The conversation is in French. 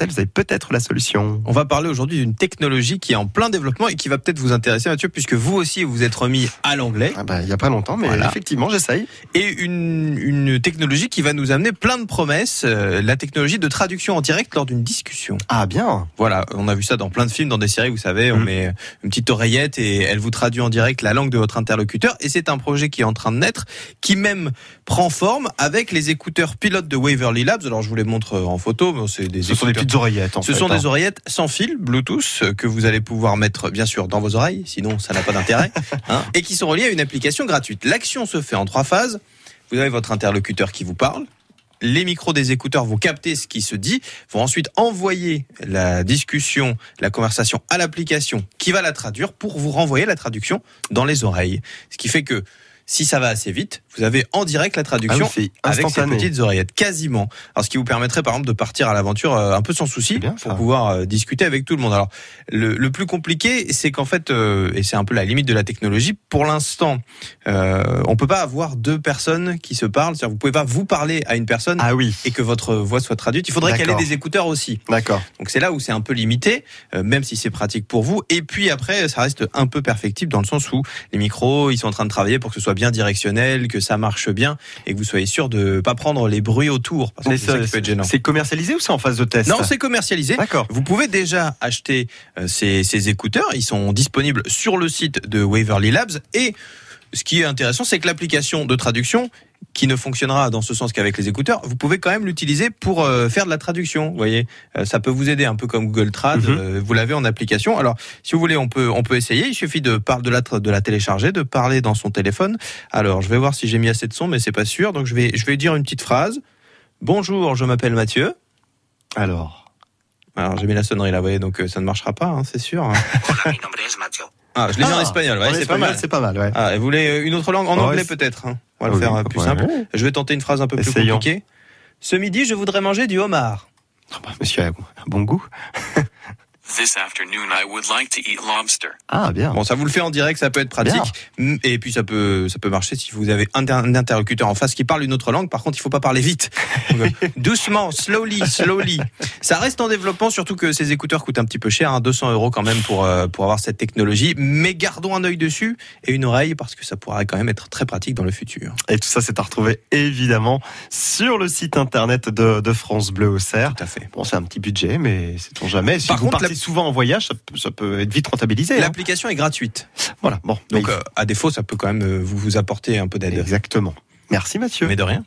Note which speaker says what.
Speaker 1: Vous avez peut-être la solution.
Speaker 2: On va parler aujourd'hui d'une technologie qui est en plein développement et qui va peut-être vous intéresser, Mathieu, puisque vous aussi vous êtes remis à l'anglais.
Speaker 1: Ah ben, il n'y a pas longtemps, mais
Speaker 2: Voilà.
Speaker 1: effectivement, j'essaye.
Speaker 2: Et une, une technologie qui va nous amener plein de promesses, euh, la technologie de traduction en direct lors d'une discussion.
Speaker 1: Ah bien
Speaker 2: Voilà, on a vu ça dans plein de films, dans des séries, vous savez, on
Speaker 1: Mhm.
Speaker 2: met euh, une petite oreillette et elle vous traduit en direct la langue de votre interlocuteur. Et c'est un projet qui est en train de naître, qui même prend forme avec les écouteurs pilotes de Waverly Labs. Alors je vous les montre en photo, mais c'est des
Speaker 1: Ce sont des
Speaker 2: écouteurs
Speaker 1: petites oreillettes, en
Speaker 2: Ce
Speaker 1: fait,
Speaker 2: sont
Speaker 1: hein.
Speaker 2: des oreillettes sans fil Bluetooth euh, que vous allez pouvoir mettre bien sûr dans vos oreilles, sinon ça n'a pas d'intérêt, hein, et qui sont reliées à une application gratuite. L'action se fait en trois phases. Vous avez votre interlocuteur qui vous parle. Les micros des écouteurs vont capter ce qui se dit, vont ensuite envoyer la discussion, la conversation à l'application qui va la traduire pour vous renvoyer la traduction dans les oreilles. Ce qui fait que si ça va assez vite, vous avez en direct la
Speaker 1: Ah oui,
Speaker 2: traduction
Speaker 1: c'est
Speaker 2: avec ces
Speaker 1: instantané.
Speaker 2: petites oreillettes, quasiment. Alors, ce qui vous permettrait, par exemple, de partir à l'aventure euh, un peu sans souci
Speaker 1: C'est bien,
Speaker 2: pour
Speaker 1: ça.
Speaker 2: pouvoir euh, discuter avec tout le monde. Alors, le, le plus compliqué, c'est qu'en fait, euh, et c'est un peu la limite de la technologie, pour l'instant, euh, on peut pas avoir deux personnes qui se parlent. C'est-à-dire, vous pouvez pas vous parler à une personne
Speaker 1: Ah oui,
Speaker 2: et que votre voix soit traduite. Il faudrait qu'elle ait
Speaker 1: D'accord.
Speaker 2: des écouteurs aussi.
Speaker 1: d'accord.
Speaker 2: Donc, c'est là où c'est un peu limité, euh, même si c'est pratique pour vous. Et puis après, ça reste un peu perfectible dans le sens où les micros, ils sont en train de travailler pour que ce soit bien directionnel, que ça marche bien et que vous soyez sûr de pas prendre les bruits autour. Parce que
Speaker 1: Mais
Speaker 2: c'est ça qui peut être gênant.
Speaker 1: C'est commercialisé ou c'est en phase de test
Speaker 2: Non, c'est commercialisé.
Speaker 1: D'accord.
Speaker 2: Vous pouvez déjà acheter euh, ces, ces écouteurs. Ils sont disponibles sur le site de Waverly Labs. Et ce qui est intéressant, c'est que l'application de traduction, qui ne fonctionnera dans ce sens qu'avec les écouteurs, vous pouvez quand même l'utiliser pour euh, faire de la traduction. Vous voyez, Euh, ça peut vous aider un peu comme Google Trad.
Speaker 1: Mhm.
Speaker 2: euh, vous l'avez en application. Alors, si vous voulez, on peut on peut essayer. Il suffit de par- de la tra- de la télécharger, de parler dans son téléphone. Alors, je vais voir si j'ai mis assez de son, mais c'est pas sûr. Donc, je vais je vais dire une petite phrase. Bonjour, je m'appelle Mathieu.
Speaker 1: Alors
Speaker 2: Alors j'ai mis la sonnerie là, vous voyez, donc euh, ça ne marchera pas, hein, c'est sûr.
Speaker 3: Hola, mi nombre es Mateo.
Speaker 2: Ah, je l'ai mis en
Speaker 1: Ah,
Speaker 2: espagnol, ouais,
Speaker 1: En
Speaker 2: c'est pas
Speaker 1: espagnol,
Speaker 2: mal.
Speaker 1: C'est pas mal, ouais.
Speaker 2: Ah, et vous voulez euh, une autre langue En
Speaker 1: Ouais,
Speaker 2: anglais
Speaker 1: c'est-
Speaker 2: peut-être. hein. On va
Speaker 1: Ah
Speaker 2: le faire
Speaker 1: oui,
Speaker 2: euh, plus
Speaker 1: ouais.
Speaker 2: simple. Je vais tenter une phrase un peu plus
Speaker 1: Essayons.
Speaker 2: compliquée. Ce midi, je voudrais manger du homard.
Speaker 1: Ah bah, monsieur a un bon goût.
Speaker 3: This afternoon I would like to eat lobster.
Speaker 1: Ah bien.
Speaker 2: Bon, ça vous le fait en direct, ça peut être pratique. Mm, Et puis ça peut, ça peut marcher si vous avez un, un interlocuteur en face qui parle une autre langue. Par contre, il faut pas parler vite. Donc, euh, Doucement, slowly, slowly. Ça reste en développement, surtout que ces écouteurs coûtent un petit peu cher, hein, 200 euros quand même pour euh, pour avoir cette technologie. Mais gardons un œil dessus et une oreille parce que ça pourrait quand même être très pratique dans le futur.
Speaker 1: Et tout ça, c'est à retrouver évidemment sur le site internet de, de France Bleu au Cerf.
Speaker 2: Tout à fait.
Speaker 1: Ah. Bon, c'est un petit budget, mais sait-on jamais. Si
Speaker 2: Par
Speaker 1: vous
Speaker 2: contre,
Speaker 1: partez souvent en voyage, ça peut, ça peut être vite rentabilisé. hein.
Speaker 2: L'application est gratuite,
Speaker 1: Voilà, bon.
Speaker 2: donc
Speaker 1: mais-
Speaker 2: euh, à défaut, ça peut quand même euh, vous vous apporter un peu d'aide.
Speaker 1: exactement. Merci Mathieu.
Speaker 2: Mais de rien.